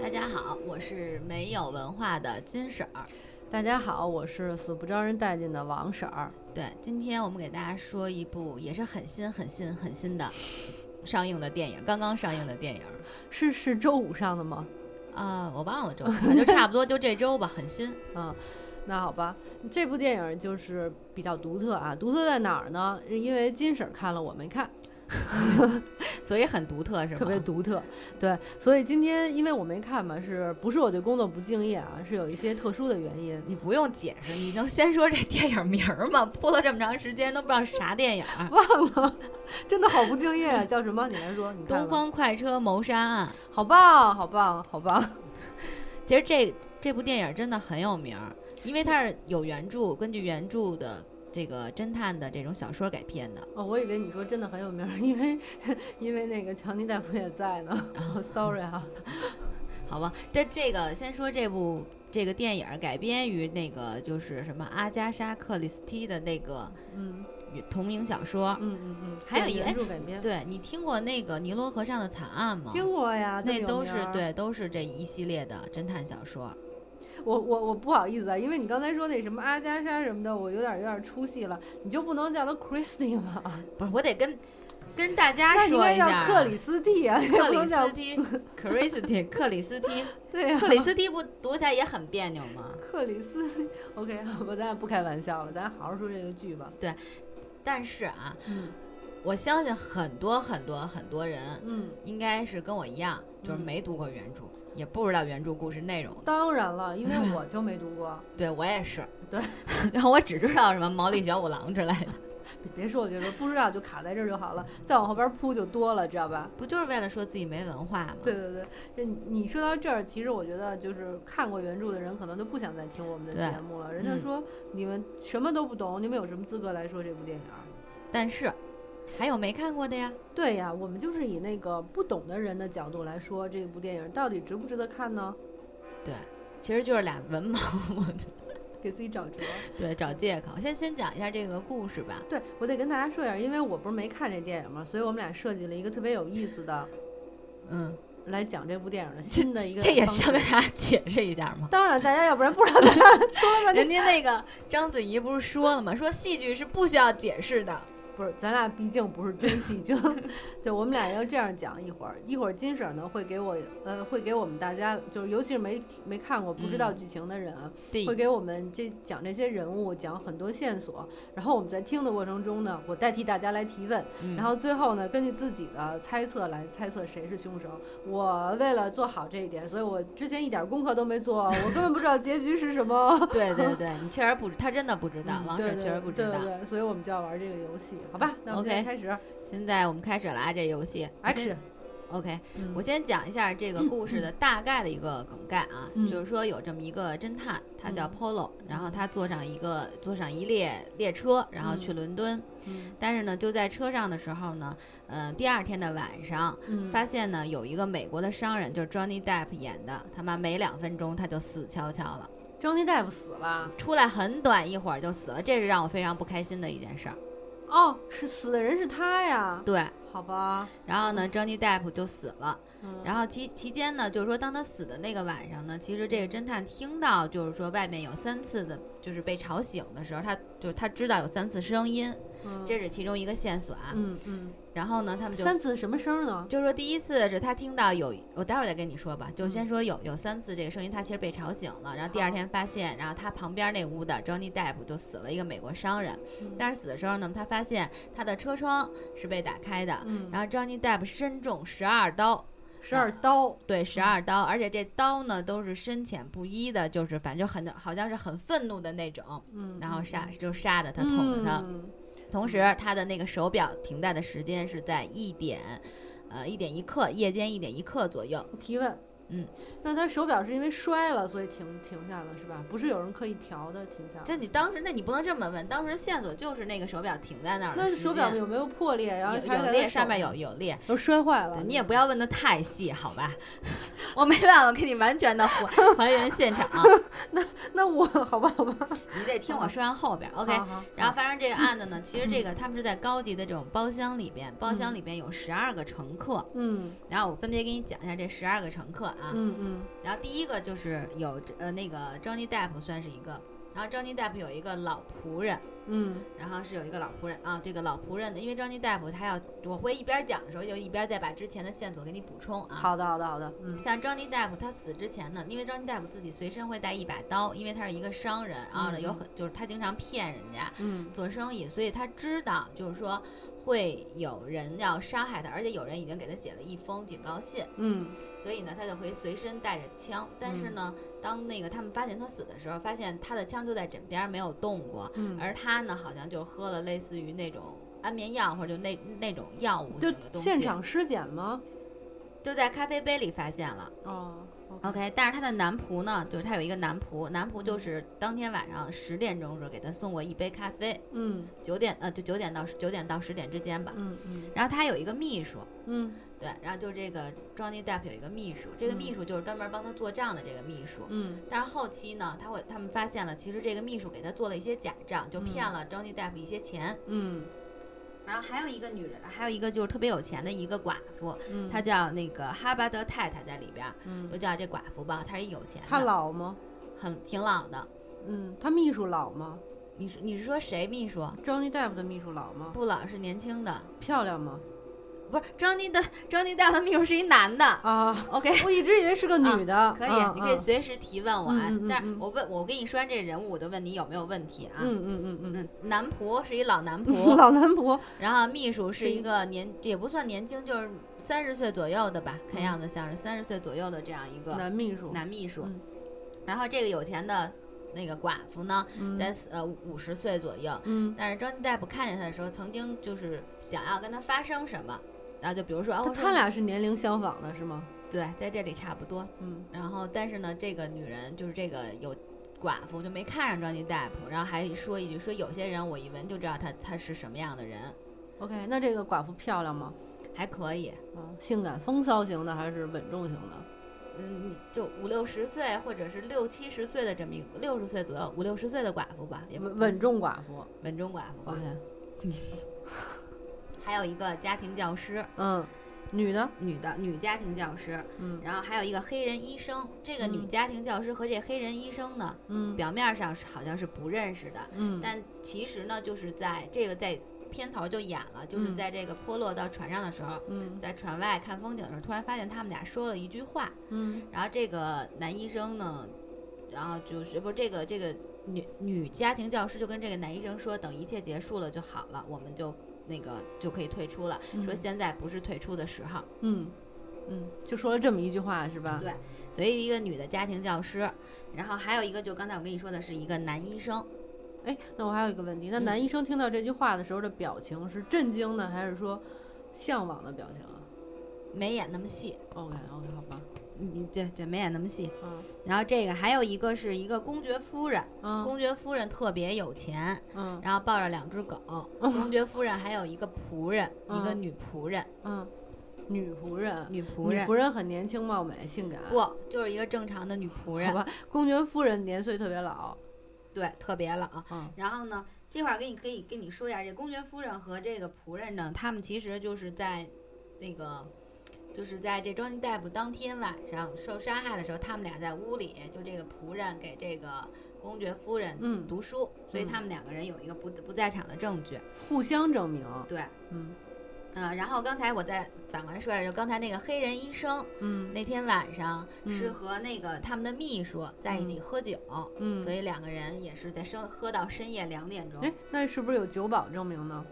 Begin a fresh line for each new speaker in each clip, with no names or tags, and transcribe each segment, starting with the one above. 大家好，我是没有文化的金婶儿。
大家好，我是死不招人待见的王婶儿。
对，今天我们给大家说一部也是很新、很新、很新的上映的电影，刚刚上映的电影。
是是周五上的吗？
啊、我忘了周，反正就差不多就这周吧，很新。
嗯，那好吧，这部电影就是比较独特啊。独特在哪儿呢？因为金婶儿看了，我没看，
所以很独特，是吗？
特别独特。对，所以今天因为我没看嘛，是不是我对工作不敬业啊？是有一些特殊的原因。
你不用解释，你能先说这电影名儿吗？播了这么长时间都不知道是啥电影儿，
忘了，真的好不敬业啊！叫什么？你来说，你
《
看
东
了
方快车谋杀案》。
好棒，好棒，好棒。
其实这这部电影真的很有名儿，因为它是有原著，根据原著的这个侦探的这种小说改编的。
哦，我以为你说真的很有名儿，因为 因为那个强尼大夫也在呢。哦 Sorry 啊，
好吧，这这个先说这部这个电影改编于那个就是什么阿加莎·克里斯蒂的那个
嗯
同名小说。
嗯嗯嗯，
还有
对
一个哎
原著改编，
对你听过那个《尼罗河上的惨案》吗？
听过呀，这么
那
有
都
名
是
儿。
对，都是这一系列的侦探小说。
我我我不好意思啊，因为你刚才说那什么阿加莎什么的，我有点有点出戏了。你就不能叫她 Christy 吗？
不是，我得跟跟大
那
家
你应
说
该
一
叫
下，
克里斯蒂啊，
克
不
里
能叫
斯蒂，Christy，克里斯蒂，
对呀、
克里斯蒂不读起来也很别扭吗？
克里斯。OK，好 吧，咱也不开玩笑了，咱好好说这个剧吧。
但是啊，
嗯
我相信很多很多很多人
嗯，
应该是跟我一样，就是
嗯
没读过原著，也不知道原著故事内容的。
当然了，因为我就没读过。
对我也是，
对，
然后我只知道什么毛利小五郎之类的，
你别说，我就说不知道就卡在这儿就好了，再往后边铺就多了，知道吧？
不就是为了说自己没文化吗？
对，对对，这你你说到这儿，其实我觉得就是看过原著的人，可能就不想再听我们的
对
节目了。人家
嗯
说、你们什么都不懂，你们有什么资格来说这部电影儿？
但是还有没看过的呀？
对呀，我们就是以那个不懂的人的角度来说，这部电影到底值不值得看呢？
对，其实就是俩文盲，我觉得
给自己找 辙。
对找借口。先先讲一下这个故事吧。
对我得跟大家说一下，因为我不是没看这电影嘛，所以我们俩设计了一个特别有意思的
嗯，
来讲这部电影的新的一个
这也
方
是
式
要跟大家解释一下 吗？
当然，大家要不然不知道大家说了半天
人家那个章子怡不是说了吗？说戏剧是不需要解释的。
不是，咱俩毕竟不是真戏 精，就我们俩要这样讲一会儿。一会儿金婶儿呢会给我，呃，会给我们大家，就是尤其是没没看过、不知道
嗯
剧情的人啊，
对
会给我们这讲这些人物，讲很多线索。然后我们在听的过程中呢，我代替大家来提问，
嗯
然后最后呢，根据自己的猜测来猜测谁是凶手。我为了做好这一点，所以我之前一点功课都没做，我根本不知道结局是什么。
对对对，你确实不知，他真的 不知道，
嗯
王
对
婶
对
确实不知
对
道。
对对，所以我们就要玩这个游戏，好吧？那我们
OK
现在开始
现在我们开始了啊，这游戏。我先
，Action！
OK，
嗯
我先讲一下这个故事的大概的一个梗概啊，
嗯
就是说有这么一个侦探，他叫
嗯
Polo，、然后他坐上一个坐上一列列车，然后去伦敦。
嗯
但是呢，就在车上的时候呢，呃，第二天的晚上，
嗯
发现呢有一个美国的商人，就是 Johnny Depp 演的，他妈没两分钟他就死翘翘了，
，Johnny Depp 死了。
出来很短一会儿就死了，这是让我非常不开心的一件事儿。
哦，是死的人是他呀？
对，
好吧，
然后呢，Johnny Depp 就死了。
嗯，
然后期期间呢，就是说当他死的那个晚上呢，其实这个侦探听到就是说外面有三次的，就是被吵醒的时候，他就是他知道有三次声音，
嗯
这是其中一个线索啊。
嗯嗯，
然后呢，他们就
三次什么声呢？
就是说第一次是他听到有，我待会儿再跟你说吧，就先说有有三次这个声音，他其实被吵醒了，然后第二
嗯好
天发现，然后他旁边那屋的 Johnny Depp 就死了一个美国商人，
嗯
但是死的时候呢，他发现他的车窗是被打开的，
嗯，
然后 Johnny Depp 身中十二刀。
十二刀，
对，十
嗯
二刀，而且这刀呢都是深浅不一的，就是反正很好像是很愤怒的那种，
嗯，
然后
嗯
杀就杀的他捅的他。
嗯
同时，他的那个手表停在的时间是在一点，呃一点一刻，夜间一点一刻左右。
提问，
嗯，
那他手表是因为摔了，所以停停下了是吧？不是有人刻意调的停下了。
就你当时，那你不能这么问，当时线索就是那个手表停在那儿了，
那
时
手表
间
有没有破裂？然后
有
还
有
在
裂，
他
上面
手
有有裂，
都摔坏了。
对你也不要问的太细，好吧？ 我没办法给你完全的还还原现场，啊
那我好吧，好吧
你得听我说完后边儿。OK，
好好
然后发生这个案子呢，其
嗯
实这个他们是在高级的这种包厢里边，包厢里边有十二个乘客，
嗯
然后我分别给你讲一下这十二个乘客啊。
嗯嗯
然后第一个就是有呃那个 Johnny Depp 算是一个，然后 Johnny Depp 有一个老仆人，
嗯
然后是有一个老仆人啊，这个老仆人呢，因为 Johnny Depp 他要我会一边讲的时候，就一边再把之前的线索给你补充啊。
嗯，好的好的好的，嗯
像 Johnny Depp 他死之前呢，因为 Johnny Depp 自己随身会带一把刀，因为他是一个商人啊，
嗯
有很就是他经常骗人家
嗯
做生意，所以他知道就是说会有人要杀害他，而且有人已经给他写了一封警告信，
嗯
所以呢他就会随身带着枪。但是呢，当那个他们发现他死的时候，发现他的枪就在枕边没有动过，
嗯，
而他呢好像就喝了类似于那种。安眠药或者就那那种药物
就
性的东西，
现场尸检吗？
就在咖啡杯里发现了。
哦
OK，但是她的男仆呢，就是她有一个男仆，男仆就是当天晚上十点钟的时候给她送过一杯咖啡，
嗯
九点呃就九点到九点到十点之间吧。
嗯嗯
然后她有一个秘书，
嗯
对，然后就这个 Johnny Depp 有一个秘书，这个秘书就是专门帮他做账的这个秘书。
嗯
但是后期呢，他会他们发现了，其实这个秘书给他做了一些假账，就骗了 Johnny Depp 一些钱。
嗯
然后还有一个女人，还有一个就是特别有钱的一个寡妇，
嗯，
她叫那个哈巴德太太在里边儿，
嗯
就叫这寡妇吧，她是有钱的，
他老吗？
很挺老的。
嗯，他秘书老吗
你是你是说谁秘书？
？Johnny Depp 的秘书老吗？
不老是年轻的，
漂亮吗？
不是 Johnny 的 Johnny Depp 的秘书是一男的。
啊，
OK，
我一直以为是个女的。
啊可以，
嗯
你可以
嗯
随时提问我啊。
嗯嗯嗯
但是
嗯
我问我跟你说完这人物，我就问你有没有问题啊？
嗯嗯嗯嗯
嗯，男仆是一老男
嗯，
仆，
老嗯男仆。
然后秘书是
是一
一个年也不算年轻，就是三十岁左右的吧，看样子像是三十岁左右的这样一个
嗯男秘书，
男秘书
嗯。
然后这个有钱的那个寡妇呢，
嗯
在四呃五十岁左右，
嗯，
但是 Johnny Depp 看见他的时候，曾经就是想要跟他发生什么，然后就比如说，
他
哦，
他俩是年龄相仿的是吗？
对，在这里差不多。
嗯
然后，但是呢，这个女人就是这个有寡妇就没看上 Johnny Depp，然后还说一句说有些人我一闻就知道他他是什么样的人，
，OK，那这个寡妇漂亮吗？
还可以，
嗯，性感风骚型的还是稳重型的？
嗯，你就五六十岁或者是六七十岁的这么一个六十岁左右五六十岁的寡妇吧，也不
稳稳重寡妇。
稳中寡妇吧
OK，。
还有一个家庭教师，
嗯，女的，
女的女家庭教师，
嗯
然后还有一个黑人医生，这个女
嗯
家庭教师和这黑人医生呢，
嗯
表面上是好像是不认识的，
嗯
但其实呢，就是在这个在片头就演了，就是
嗯
在这个坡落到船上的时候，
嗯
在船外看风景的时候，突然发现他们俩说了一句话，
嗯
然后这个男医生呢，然后就是不是这个这个女女家庭教师就跟这个男医生说，等一切结束了就好了，我们就那个就可以退出了，
嗯
说现在不是退出的时候。
嗯嗯，就说了这么一句话是吧？
对所以一个女的家庭教师，然后还有一个就刚才我跟你说的是一个男医生，
哎，那我还有一个问题，那
嗯
男医生听到这句话的时候的表情是震惊的，还是说向往的表情啊
没演那么细，
？OK OK，好吧，
嗯，对对，没演那么细。
嗯
然后这个还有一个是一个公爵夫人，
嗯
公爵夫人特别有钱，
嗯
然后抱着两只狗，公爵夫人还有一个仆人，一个
嗯
女仆人，
嗯，女仆人，
女仆人
女仆人很年轻貌美性感，
不就是一个正常的女仆
好
人，
吧，公爵夫人年岁特别老，
对，特别老。
嗯
然后呢，这块儿给你可以跟你说一下，这公爵夫人和这个仆人呢，他们其实就是在那个，就是在这 Johnny Depp 当天晚上受杀害的时候，他们俩在屋里，就这个仆人给这个公爵夫人
嗯，
读书，所以
嗯
他们两个人有一个不不在场的证据。
互相证明，
对，
嗯
嗯、然后刚才我再反过来说一下，就刚才那个黑人医生
嗯
那天晚上是
嗯
和那个他们的秘书在一起喝酒，
嗯，
所以两个人也是在生喝到深夜两点钟。
哎，那是不是有酒保证明呢？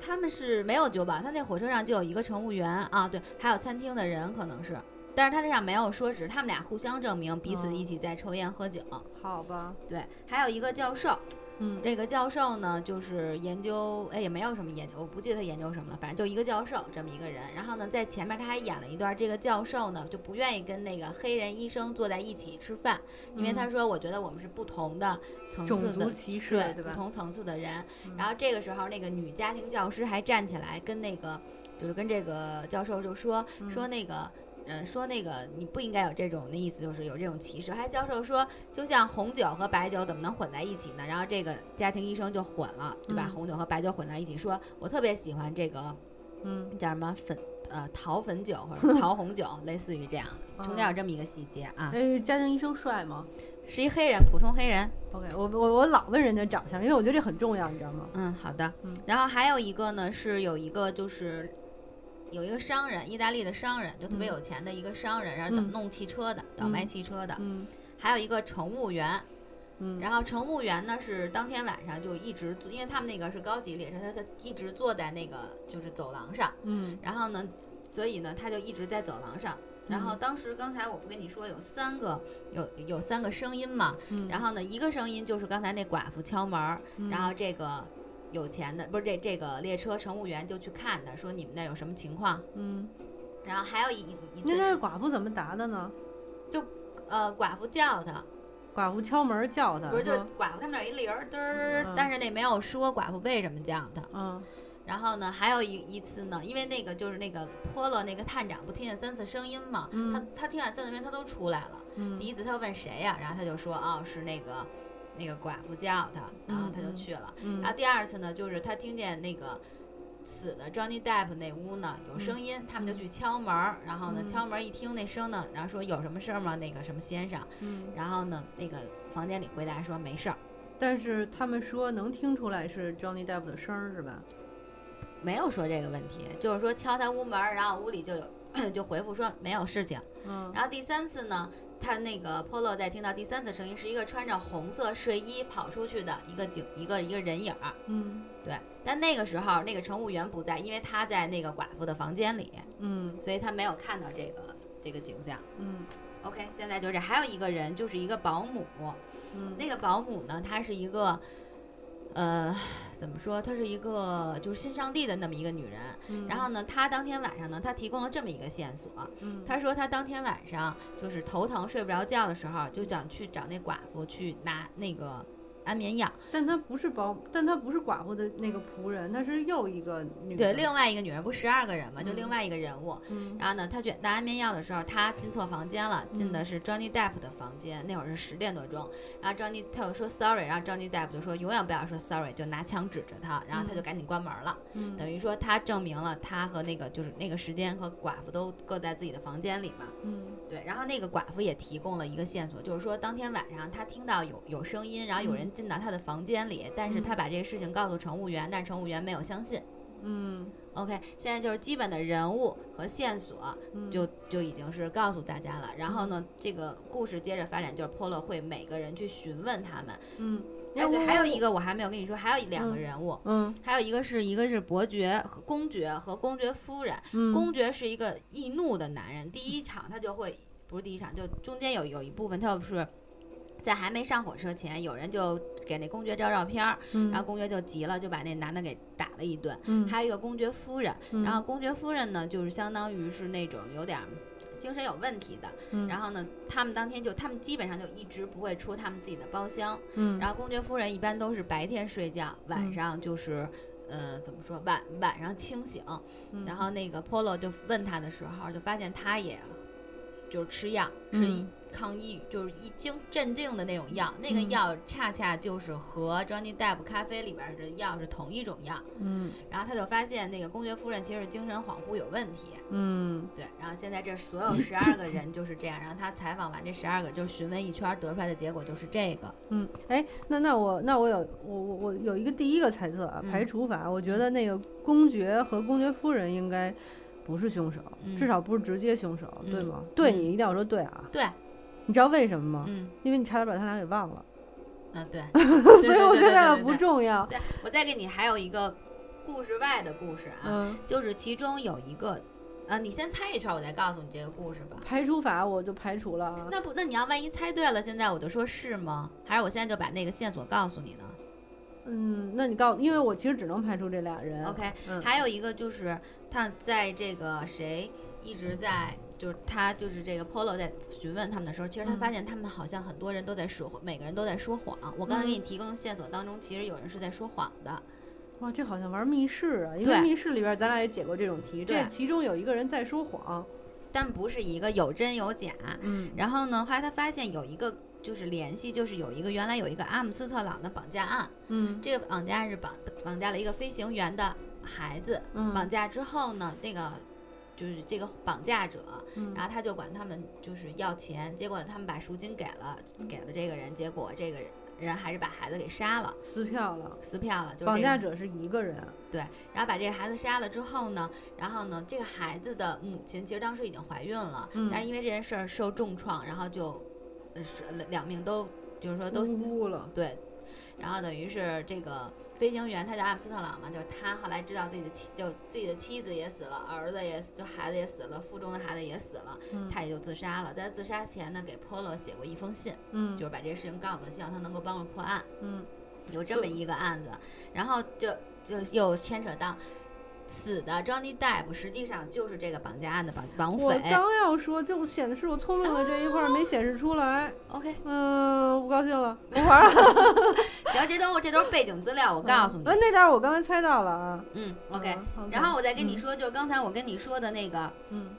他们是没有酒吧，他那火车上就有一个乘务员啊，对，还有餐厅的人可能是，但是他那上没有说是他们俩互相证明彼此
哦
一起在抽烟喝酒。
好吧，
对，还有一个教授，
嗯
这个教授呢就是研究，哎也没有什么研究，我不记得他研究什么了，反正就一个教授这么一个人。然后呢，在前面他还演了一段，这个教授呢就不愿意跟那个黑人医生坐在一起吃饭，因为
嗯
他说我觉得我们是不同的层次
种
的
族歧视
对
对
不
吧？
同层次的人。
嗯
然后这个时候，那个女家庭教师还站起来跟那个，就是跟这个教授就说、
嗯
说那个。呃，说那个你不应该有这种的意思，就是有这种歧视。还教授说，就像红酒和白酒怎么能混在一起呢？然后这个家庭医生就混了，就把
嗯
红酒和白酒混在一起，说我特别喜欢这个
嗯，
叫什么粉呃桃粉酒或者桃红酒， 类似于这样的，中间
哦
有这么一个细节啊。
哎，家庭医生帅吗
是一黑人，普通黑人。
？OK，我我我老问人家长相，因为我觉得这很重要，你知道吗？
嗯，好的。
嗯
然后还有一个呢，是有一个就是有一个商人，意大利的商人，就特别
嗯
有钱的一个商人，然后
嗯
弄汽车的，倒卖汽车的。
嗯
还有一个乘务员，
嗯，
然后乘务员呢是当天晚上就一直坐，因为他们那个是高级列车，他就一直坐在那个就是走廊上，
嗯
然后呢，所以呢他就一直在走廊上。然
嗯
后当时刚才我不跟你说有三个有有三个声音嘛，
嗯，
然后呢一个声音就是刚才那寡妇敲门儿，
嗯
然后这个有钱的不是这这个列车乘务员就去看他说你们那儿有什么情况，
嗯，
然后还有一一一
那那
次
个寡妇怎么答的呢？
呃寡妇叫他，
寡妇敲门叫他，
不是，就是
说
寡妇他们那儿一铃儿嘚儿
嗯，
但是那没有说寡妇为什么叫他。
嗯
然后呢，还有一一次呢，因为那个就是那个泼了那个探长不听见三次声音嘛，
嗯
他他听见三次声音他都出来了。
嗯
第一次他问谁呀、然后他就说啊、是那个那个寡妇叫他，然后他就去了。
嗯
然后第二次呢，就是他听见那个。死的 Johnny Depp 那屋呢有声音，他们就去敲门儿，然后呢
嗯
敲门一听那声呢，然后说有什么事儿吗？那个什么先生，
嗯，
然后呢那个房间里回答说没事儿。
但是他们说能听出来是 Johnny Depp 的声儿是吧？
没有说这个问题，就是说敲他屋门儿，然后屋里就有 就回复说没有事情。
嗯
然后第三次呢，他那个 Polo 在听到第三次声音，是一个穿着红色睡衣跑出去的一个警一个一个人影儿。
嗯
对，但那个时候那个乘务员不在，因为他在那个寡妇的房间里，
嗯
所以他没有看到这个这个景象。
嗯
OK，现在就这，还有一个人就是一个保姆，
嗯，
那个保姆呢，她是一个，呃，怎么说？她是一个就是信上帝的那么一个女人。
嗯
然后呢，她当天晚上呢，她提供了这么一个线索，
嗯
她说她当天晚上就是头疼睡不着觉的时候，就想去找那寡妇去拿那个安眠药。
但她不是保，但她不是寡妇的那个仆人，她是又一个女
对，
的
另外一个女人不十二个人嘛，就
嗯
另外一个人物。
嗯
然后呢，她去拿安眠药的时候，她进错房间了，进的
嗯
是 Johnny Depp 的房间，那会儿是十点多钟。然后 Johnny Depp 说 sorry，然后 Johnny Depp 就说永远不要说 sorry，就拿枪指着她，然后她就
嗯
赶紧关门了。
嗯
等于说她证明了她和那个就是那个时间和寡妇都各在自己的房间里嘛。
嗯
对，然后那个寡妇也提供了一个线索，就是说当天晚上她听到有有声音，然后有
嗯
人进到她的房间里，但是她把这个事情告诉乘务员，但是乘务员没有相信。
嗯
OK，现在就是基本的人物和线索
嗯
就就已经是告诉大家了。然后呢，这个故事接着发展，就是 Polo 会每个人去询问他们。
嗯，
哎，对，还有一
个
个我还没有跟你说，还有两个
嗯
人物，
嗯
还有一个是一个是伯爵和公爵和公爵夫人。
嗯
公爵是一个易怒的男人，第一场他就会不是第一场，就中间有有一部分他就是在还没上火车前，有人就给那公爵照照片儿，
嗯
然后公爵就急了，就把那男的给打了一顿。
嗯
还有一个公爵夫人，
嗯
然后公爵夫人呢，就是相当于是那种有点儿精神有问题的，
嗯
然后呢，他们当天就他们基本上就一直不会出他们自己的包厢，
嗯
然后公爵夫人一般都是白天睡觉，晚
嗯
上就是。呃，怎么说晚晚上清醒，
嗯
然后那个 Polo 就问他的时候，就发现他也就是吃药，吃一
嗯
抗抑郁，就是一经镇静的那种药。那个
嗯
药恰恰就是和 Johnny Depp 咖啡里边的药是同一种药。
嗯
然后他就发现那个公爵夫人其实是精神恍惚有问题。
嗯
对，然后现在这所有十二个人就是这样。然后他采访完这十二个，就是询问一圈儿得出来的结果就是这个。
嗯，哎，那那我那我有我我我有一个第一个猜测啊，
嗯
排除法，我觉得那个公爵和公爵夫人应该不是凶手，
嗯
至少不是直接凶手，对
嗯
吗？对
嗯
你一定要说对啊，
对，
你知道为什么吗？
嗯
因为你差点把他俩给忘了，
嗯、 对。
所以我
对对
觉
对
得他俩
对啊
不
对
重要。
对，我再给你还有一个故事外的故事啊。
嗯，
就是其中有一个，呃，你先猜一圈儿，我再告诉你这个故事吧。
排除法我就排除了啊。
那不，那你要万一猜对了，现在我就说是吗？还是我现在就把那个线索告诉你呢
嗯，那你告，因为我其实只能排除这俩人。
？OK，
嗯
还有一个就是他在这个谁一直在，就是他就是这个 Polo 在询问他们的时候，其实他
嗯
发现他们好像很多人都在说，每个人都在说谎。我刚才
嗯
给你提供的线索当中，其实有人是在说谎的。
哇，这好像玩密室啊，因
对
为密室里边咱俩也解过这种题，
对
这其中有一个人在说谎，
但不是一个有真有假。
嗯
然后呢，后来他发现有一个就是联系，就是有一个原来有一个阿姆斯特朗的绑架案，
嗯
这个绑架是绑绑架了一个飞行员的孩子，绑
嗯
架之后呢，那个就是这个绑架者，
嗯
然后他就管他们就是要钱，结果他们把赎金给了给了这个人，结果这个人还是把孩子给杀了，
撕票了。
撕票了，就是、这个、
绑架者是一个人，
然后把这个孩子杀了之后呢，然后呢，这个孩子的母亲其实当时已经怀孕了，
嗯
但是因为这件事儿受重创，然后就，呃，是两命都就是说都死、
污了。
对，然后等于是这个飞行员他叫阿姆斯特朗嘛，就是他后来知道自己的妻就自己的妻子也死了，儿子也死，就孩子也死了，腹中的孩子也死了，
嗯
他也就自杀了。在自杀前呢，给 Polo 写过一封信，就
嗯
是把这些事情告诉他，希望他能够帮助破案。
嗯
有这
所
么一个案子，然后就就又牵扯到死的 Johnny Depp，实际上就是这个绑架案的绑绑
我
匪。
刚要说，就显示我聪明的这一块儿没显示出来。
OK，
嗯，不高兴了，不玩儿了。
行，这都这都是背景资 料，我告诉你
呃，。那点儿我刚才猜到了啊。
嗯，OK。
嗯
然后我再跟你
嗯
说，就是刚才我跟你说的那个
嗯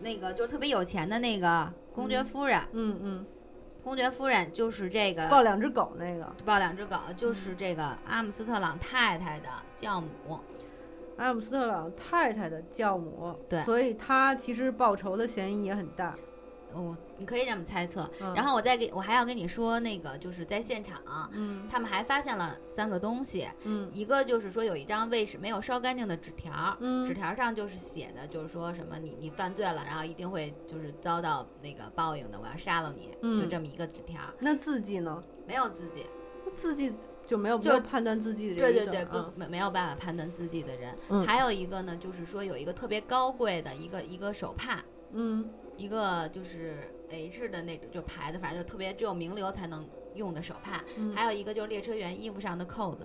那个，就是特别有钱的那个公爵夫人，
嗯嗯，
公爵夫人就是这
抱
个
两只狗那个
抱两只狗，就是这个阿姆斯特朗太太的教母。
阿姆斯特朗太太的教母，
对
所以他其实报仇的嫌疑也很大。
我哦你可以这么猜测。
嗯、
然后我再给我还要跟你说，那个就是在现场，
嗯
他们还发现了三个东西，
嗯
一个就是说有一张卫生没有烧干净的纸条儿，纸
嗯
条上就是写的，就是说什么你你犯罪了，然后一定会就是遭到那个报应的，我要杀了你，
嗯
就这么一个纸条儿，
那自己呢？
没有自己，
自己就没有
就
没有判断自己的
对
这
对
一
对，
段
不
啊
没没有办法判断自己的人。
嗯
还有一个呢，就是说有一个特别高贵的一个一个手帕，
嗯
一个就是 H 的那种就牌子，反正就特别只有名流才能用的手帕，
嗯
还有一个就是列车员衣服上的扣子，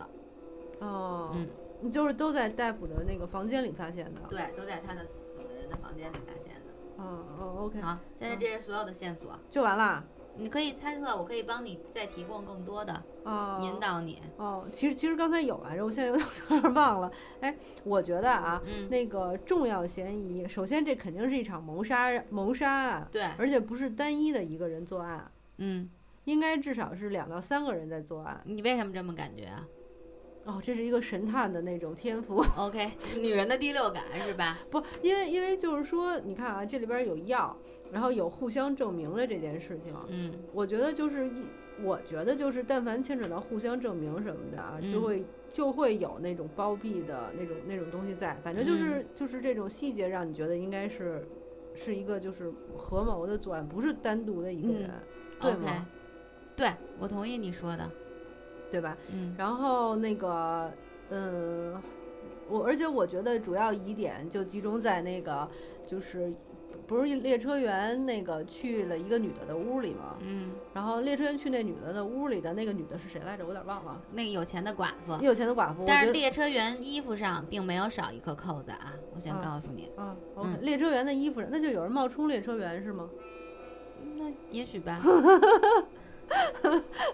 哦
嗯，
你就是都在逮捕的那个房间里发现的。
对，都在他的死的人的房间里发现的。
哦哦，OK，
好，现在
嗯
这是所有的线索，
就完了。
你可以猜测，我可以帮你再提供更多的
哦，
引导你。
哦，其实其实刚才有来着，我现在有点 有点忘了。哎，我觉得啊，
嗯，
那个重要嫌疑，首先这肯定是一场谋杀谋杀案，
对，
而且不是单一的一个人作案，
嗯，
应该至少是两到三个人在作案。
你为什么这么感觉啊
哦，这是一个神探的那种天赋，
？OK，女 人的第六感是吧？
不，因为因为就是说，你看啊，这里边有药，然后有互相证明的这件事情，
嗯
我觉得就是一，我觉得就是，但凡牵扯到互相证明什么的啊，
嗯
就会就会有那种包庇的那种那种东西在。反
嗯
正就是、就是这种细节，让你觉得应该是是一个就是合谋的作案，不是单独的一
嗯
个人，对
，OK，
吗
对我同意你说的。
对吧？
嗯
然后那个，嗯，我而且我觉得主要疑点就集中在那个就是。不是列车员那个去了一个女的的屋里吗？
嗯，
然后列车员去那女的的屋里的那个女的是谁来着？我有点忘了。
那个有钱的寡妇，
有钱的寡妇，我
但是
觉得
列车员衣服上并没有少一颗扣子啊，我先
啊
告诉你。
啊，OK，、
嗯
列车员的衣服上，那就有人冒充列车员是吗？
那也许 吧。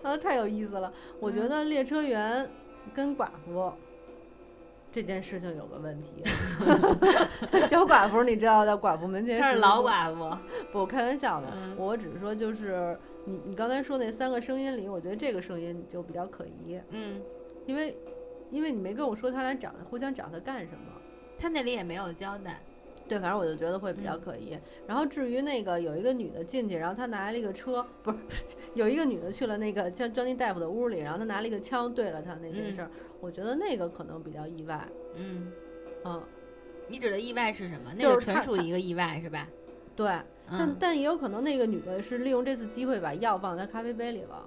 啊，太有意思了！我觉
嗯
得列车员跟寡妇这件事情有个问题。 小寡妇，你知道的，寡妇门前
她是
十
老
里路，
寡妇。
不，我开玩笑的，
嗯
我只是说就是。你你刚才说那三个声音里，我觉得这个声音就比较可疑，
嗯，
因为，因为你没跟我说他俩长得互相找他干什么，
他那里也没有交代。
对，反正我就觉得会比较
嗯
可疑。然后至于那个有一个女的进去，然后她拿了一个车，不是 有一个女的去了那个像 Johnny Depp 的屋里，然后她拿了一个枪对了他那件事儿，我觉得那个可能比较意外。
嗯，
嗯，
你指的意外是什么？那
就
个
是
纯
他
属
他
一个意外是吧？
对，但、
嗯，
但也有可能那个女的是利用这次机会把药放在咖啡杯里了。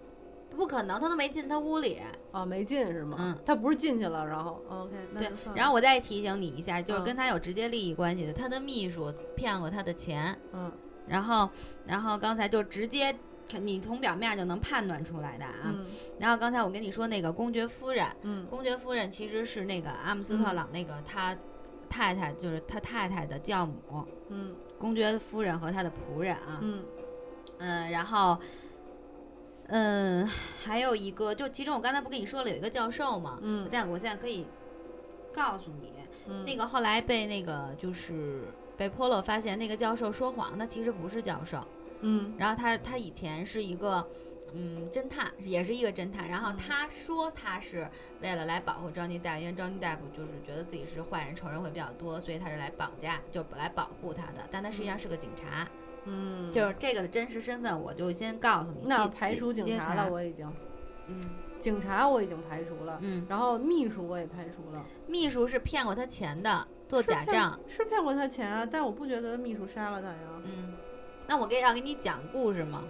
不可能，他都没进他屋里。
哦，没进是吗？
嗯，
她不是进去了，然后 OK，那
对
就算了。
然后我再提醒你一下，就是
嗯
跟他有直接利益关系的，他的秘书骗过他的钱，
嗯
然后，然后刚才就直接你从表面就能判断出来的啊。
嗯
然后刚才我跟你说那个公爵夫人，
嗯
公爵夫人其实是那个阿姆斯特朗那个他太太，就是他太太的教母，
嗯
公爵夫人和他的仆人啊。
嗯
嗯，然后，嗯，还有一个，就其中我刚才不跟你说了有一个教授嘛，
嗯
但我现在可以告诉你，
嗯，
那个后来被那个就是被 Polo 发现那个教授说谎，那其实不是教授。
嗯
然后他他以前是一个嗯侦探，也是一个侦探。然
嗯
后他说他是为了来保护 Johnny Depp，因为 Johnny Depp 就是觉得自己是坏人，仇人会比较多，所以他是来绑架，就来保护他的。但他实际上是个警察，
嗯，
就是这个的真实身份，我就先告诉你。
那
记
排除
记
警
接
察
查
了，我已经
嗯
警察我已经排除了，
嗯，
然后秘书我也排除了，
秘书是骗过他钱的，做
是
假
骗
账。
是骗过他钱啊，但我不觉得秘书杀了他呀。
嗯，那我给要给你讲故事吗？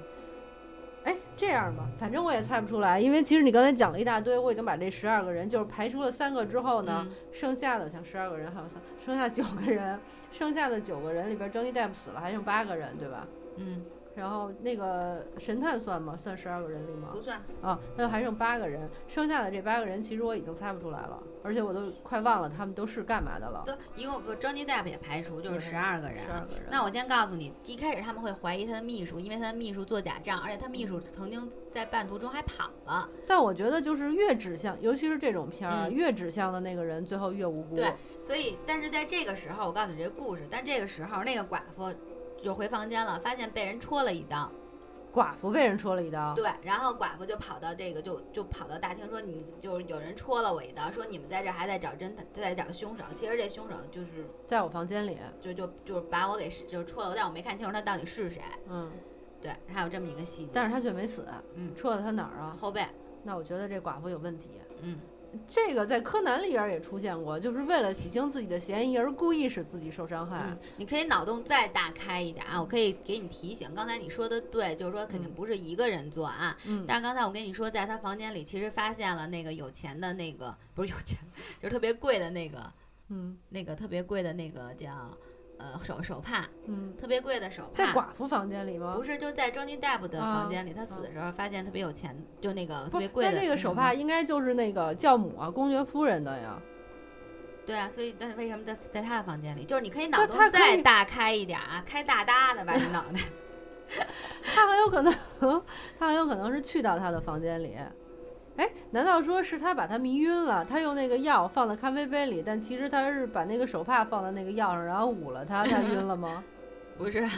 哎，这样吧，反正我也猜不出来，因为其实你刚才讲了一大堆，我已经把这十二个人就是排除了三个之后呢，
嗯
剩下的像十二个人还有三，剩下九个人，剩下的九个人里边，Johnny Depp 死了，还剩八个人，对吧？
嗯，
然后那个神探算吗？算十二个人里吗
不？算。
啊，那还剩八个人，剩下的这八个人其实我已经猜不出来了，而且我都快忘了他们都是干嘛的了。
都一共不 Johnny Depp 也排除，就是
也
十二个人
十
啊
二。个人。
那我先告诉你，一开始他们会怀疑他的秘书，因为他的秘书做假账，而且他秘书曾经在半途中还跑了。
但我觉得就是越指向，尤其是这种片儿啊，
嗯
越指向的那个人最后越无辜。
对所以，但是在这个时候，我告诉你这个故事，但这个时候那个寡妇就回房间了，发现被人戳了一刀，
寡妇被人戳了一刀。
对，然后寡妇就跑到这个就就跑到大厅说你就是有人戳了我一刀，说你们在这儿还在找侦探，在找凶手，其实这凶手就是
在我房间里，
就就就是把我给是就是戳了，但我没看清楚他到底是谁，
嗯，
对，还有这么一个细节，
但是他却没死，
嗯
戳了他哪儿啊？
后背，
那我觉得这寡妇有问题。
嗯
这个在柯南里边也出现过，就是为了洗清自己的嫌疑而故意使自己受伤害
嗯。，你可以脑洞再大开一点啊！我可以给你提醒，刚才你说的对，就是说肯定不是一个人作案。
嗯，
但是刚才我跟你说，在他房间里其实发现了那个有钱的那个，不是有钱， 就是特别贵的那个，
嗯
那个特别贵的那个叫呃手手帕，
嗯，
特别贵的手
在
帕。
寡妇房间里吗？
不是，就在 Johnny Depp 的
啊
房间里，他死的时候发现特别有钱，就那个特别贵
那
的嗯
那个手帕，应该就是那个教母啊，公爵夫人的呀。
对啊，所以但是为什么在在他的房间里？就是你可以
他
脑洞
他可
再
以
大开一点啊，开大大的吧，你脑袋。
他很有可能， 他很有可能是去到他的房间里。哎，难道说是他把他迷晕了？他用那个药放到咖啡杯里，但其实他是把那个手帕放到那个药上，然后捂了他，他晕了吗？
不是，啊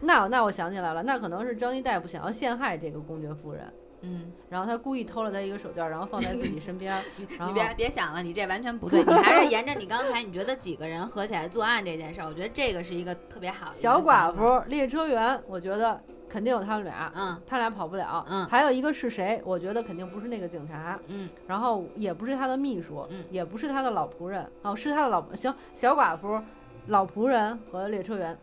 那那我想起来了，那可能是 Johnny Depp 想要陷害这个公爵夫人，
嗯。
然后他故意偷了他一个手绢，然后放在自己身边，然
你
后
别别想了，你这完全不对。你还是沿着你刚才你觉得几个人合起来作案这件事儿，我觉得这个是一个特别好的一个
小寡
想法。
妇、列车员，我觉得肯定有他们俩，
嗯
他俩跑不了。
嗯
还有一个是谁？我觉得肯定不是那个警察。
嗯，
然后也不是他的秘书，
嗯
也不是他的老仆人，哦，是他的老行小寡妇、老仆人和列车员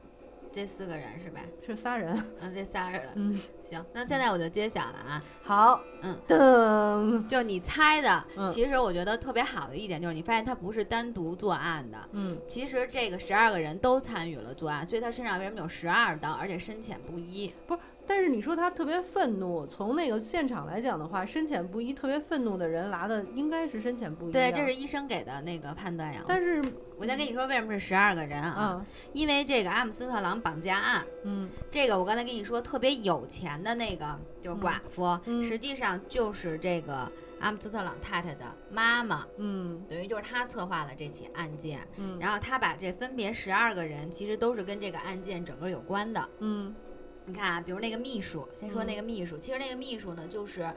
这四个人是吧？
是 仨人。
嗯，这仨人。
嗯，
行，那现在我就揭晓了啊。
好，
嗯，
噔，
就你猜的，
嗯
其实我觉得特别好的一点就是，你发现他不是单独作案的，
嗯，
其实这个十二个人都参与了作案，所以他身上为什么有十二刀，而且深浅不一？
但是你说他特别愤怒，从那个现场来讲的话，深浅不一，特别愤怒的人拿的应该是深浅不一的。
对，这是医嗯生给的那个判断呀。
但是
我先跟你说为什么是十二个人啊，
啊，
因为这个阿姆斯特朗绑架案。
嗯
这个我刚才跟你说，特别有钱的那个就是寡妇，
嗯
实际上就是这个阿姆斯特朗太太的妈妈，
嗯
等于就是她策划了这起案件。
嗯
然后她把这分别十二个人，其实都是跟这个案件整个有关的。
嗯
你看啊，比如那个秘书，先说那个秘书，其实那个秘书呢，就是。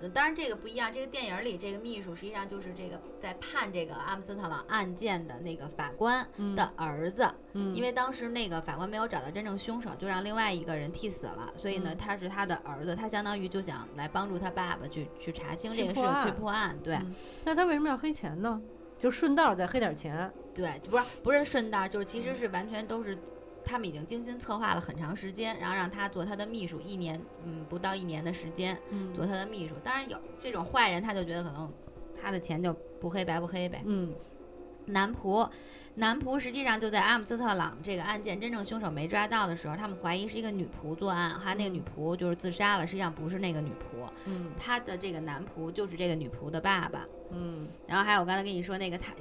呃当然，这个不一样。这个电影里，这个秘书实际上就是这个在判这个阿姆斯特朗案件的那个法官
嗯
的儿子，
嗯，
因为当时那个法官没有找到真正凶手，就让另外一个人替死了，所以呢，
嗯
他是他的儿子，他相当于就想来帮助他爸爸去去查清这
去
个事
破
情，去
案
破案。对
嗯那他为什么要黑钱呢？就顺道再黑点钱。
对，不是不是顺道，就是
嗯
其实是完全都是。他们已经精心策划了很长时间，然后让他做他的秘书，一年，嗯，不到一年的时间
嗯
做他的秘书。当然有这种坏人，他就觉得可能他的钱就不黑白不黑呗。
嗯
男仆，男仆实际上就在阿姆斯特朗这个案件真正凶手没抓到的时候，他们怀疑是一个女仆作案，还有那个女仆就是自杀了，实际上不是那个女仆，
嗯
他的这个男仆就是这个女仆的爸爸。
嗯。
然后还有我刚才跟你说那个他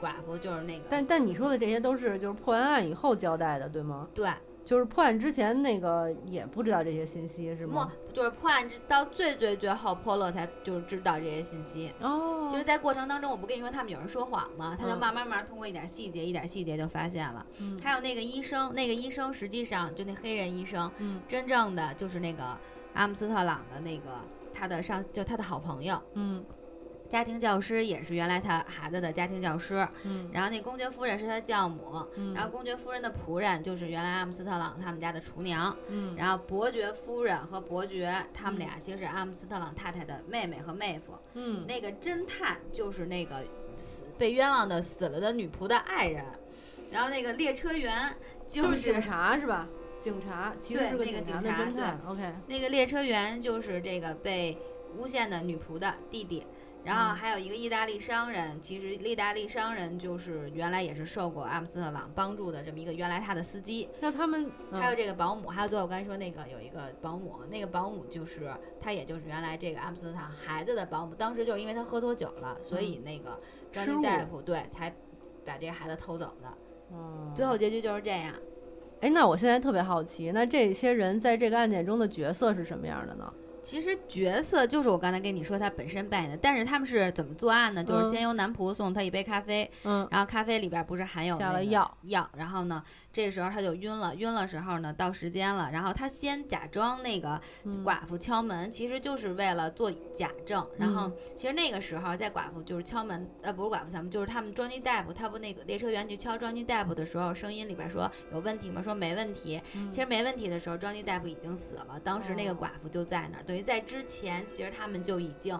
寡妇就是那个，
但但你说的这些都是就是破完案以后交代的，对吗？
对，
就是破案之前那个也不知道这些信息是
莫
吗？
就是破案之到最最最后，Polo 才就是知道这些信息。
哦，
就是在过程当中，我不跟你说他们有人说谎吗？他就
嗯
慢慢慢慢通过一点细节，一点细节就发现了。
嗯
还有那个医生，那个医生实际上就那黑人医生，
嗯
真正的就是那个阿姆斯特朗的那个他的上，就他的好朋友，
嗯
家庭教师也是原来他孩子的家庭教师。
嗯
然后那公爵夫人是他的教母，
嗯，
然后公爵夫人的仆人就是原来阿姆斯特朗他们家的厨娘。
嗯
然后伯爵夫人和伯爵他们俩其实是阿姆斯特朗太太的妹妹和妹夫。
嗯
那个侦探就是那个死被冤枉的死了的女仆的爱人，然后那个列车员
就
就是
警
是
察是吧？警察其实
对
是个
那个
警察
警
的
察
侦探。OK，
那个列车员就是这个被诬陷的女仆的弟弟。然后
嗯
还有一个意大利商人，其实意大利商人就是原来也是受过阿姆斯特朗帮助的这么一个原来他的司机，
那他们
还有
嗯
这个保姆，还有最后我刚才说那个有一个保姆，那个保姆就是她，也就是原来这个阿姆斯特朗孩子的保姆。当时就是因为她喝多酒了，所以那个专
嗯失误
利大夫对才把这个孩子偷走的。
哦
最后结局就是这样。
哎，那我现在特别好奇，那这些人在这个案件中的角色是什么样的呢？
其实角色就是我刚才跟你说他本身扮演的，但是他们是怎么作案呢？就是
嗯
先由男仆送他一杯咖啡，
嗯
然后咖啡里边不是含有
下
那
了
个
药
药，然后呢，这时候他就晕了，晕了时候呢，到时间了，然后他先假装那个
嗯
寡妇敲门，其实就是为了做假证。然后
嗯
其实那个时候在寡妇就是敲门，呃，不是寡妇敲门，就是他们 Johnny Depp，他不那个列车员去敲 Johnny Depp 的时候，声音里边说有问题吗？说没问题。
嗯
其实没问题的时候，Johnny Depp 已经死了，当时那个
哦
寡妇就在那儿，等于在之前其实他们就已经。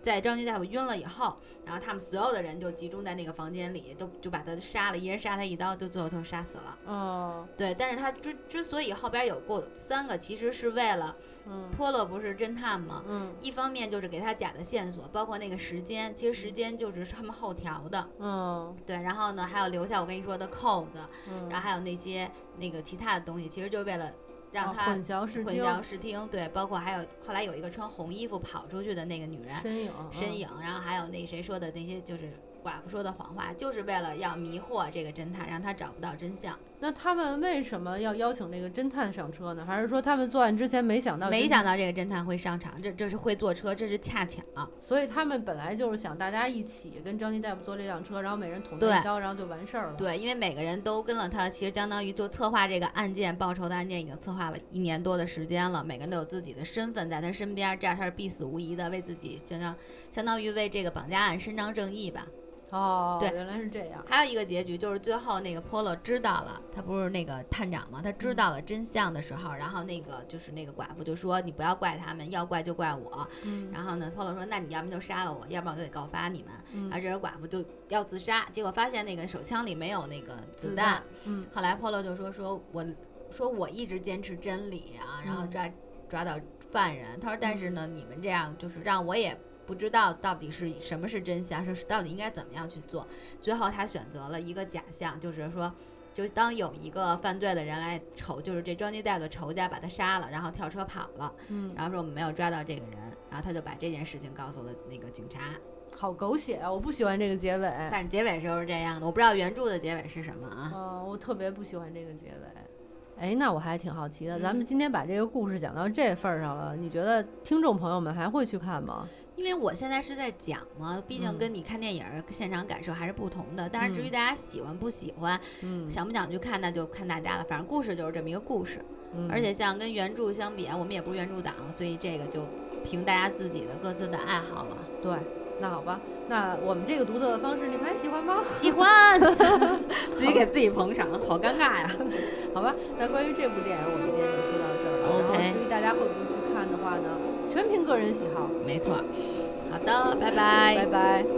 在 Johnny Depp 晕了以后，然后他们所有的人就集中在那个房间里，都就把他杀了，一人杀他一刀，就最后都杀死了。
哦
对，但是他之之所以后边有过三个，其实是为了
嗯
波洛不是侦探吗？
嗯
一方面就是给他假的线索，包括那个时间，其实时间就是他们后调的，
嗯
对。然后呢，还有留下我跟你说的扣子，
嗯，
然后还有那些那个其他的东西，其实就是为了让
哦
他
混淆视
混
听
淆视听，对。包括还有后来有一个穿红衣服跑出去的那个女人，
身影嗯
身，影，然后还有那谁说的那些就是寡妇说的谎话，就是为了要迷惑这个侦探，让他找不到真相。
嗯那他们为什么要邀请这个侦探上车呢？还是说他们作案之前没想到？
没想，到这个侦探会上场，这这是会坐车，这是恰巧。
所以他们本来就是想大家一起跟张金大夫坐这辆车，然后每人捅他
对
一刀，然后就完事儿了。，
对，因为每个人都跟了他，其实相当于就策划这个案件报仇的案件已经策划了一年多的时间了，每个人都有自己的身份在他身边，这样他是必死无疑的，为自己相当相当于为这个绑架案伸张正义吧。
哦，
对
原来是这样。
还有一个结局就是最后那个 Polo 知道了，他不是那个探长嘛，他知道了真相的时候，然后那个就是那个寡妇就说：“你不要怪他们，要怪就怪我。”
嗯
然后呢，Polo 说：“那你要么就杀了我，要不然我就得告发你们。”
嗯
然后这个寡妇就要自杀，结果发现那个手枪里没有那个子弹。，
嗯
后来 Polo 就说：“说我说我一直坚持真理啊，然后
嗯
抓抓到犯人。”他说：“但是呢，你们这样就是让我也不知道到底是什么是真相，是到底应该怎么样去做。”最后他选择了一个假象，就是说。就当有一个犯罪的人来仇，就是这 Johnny Depp 的仇家把他杀了，然后跳车跑了，
嗯，
然后说我们没有抓到这个人，然后他就把这件事情告诉了那个警察。
好狗血啊！我不喜欢这个结尾，
但是结尾时候是这样的，我不知道原著的结尾是什么啊。
嗯，我特别不喜欢这个结尾。哎，那我还挺好奇的，
嗯
咱们今天把这个故事讲到这份儿上了，你觉得听众朋友们还会去看吗？
因为我现在是在讲嘛，毕竟
嗯
跟你看电影儿现场感受还是不同的。当然，至于
嗯
大家喜欢不喜欢，
嗯，
想不想去看，那就看大家了。反正故事就是这么一个故事，
嗯
而且像跟原著相比啊，我们也不是原著党，所以这个就凭大家自己的各自的爱好了。
对，那好吧，那我们这个独特的方式你们还喜欢吗？
喜欢， 自己给自己捧场，好尴尬呀。
好吧，那关于这部电影，我们今天就说到这儿了。然
OK
后至于大家会不会去看的话呢，全凭个人喜好。
没错，好的，拜拜
拜拜。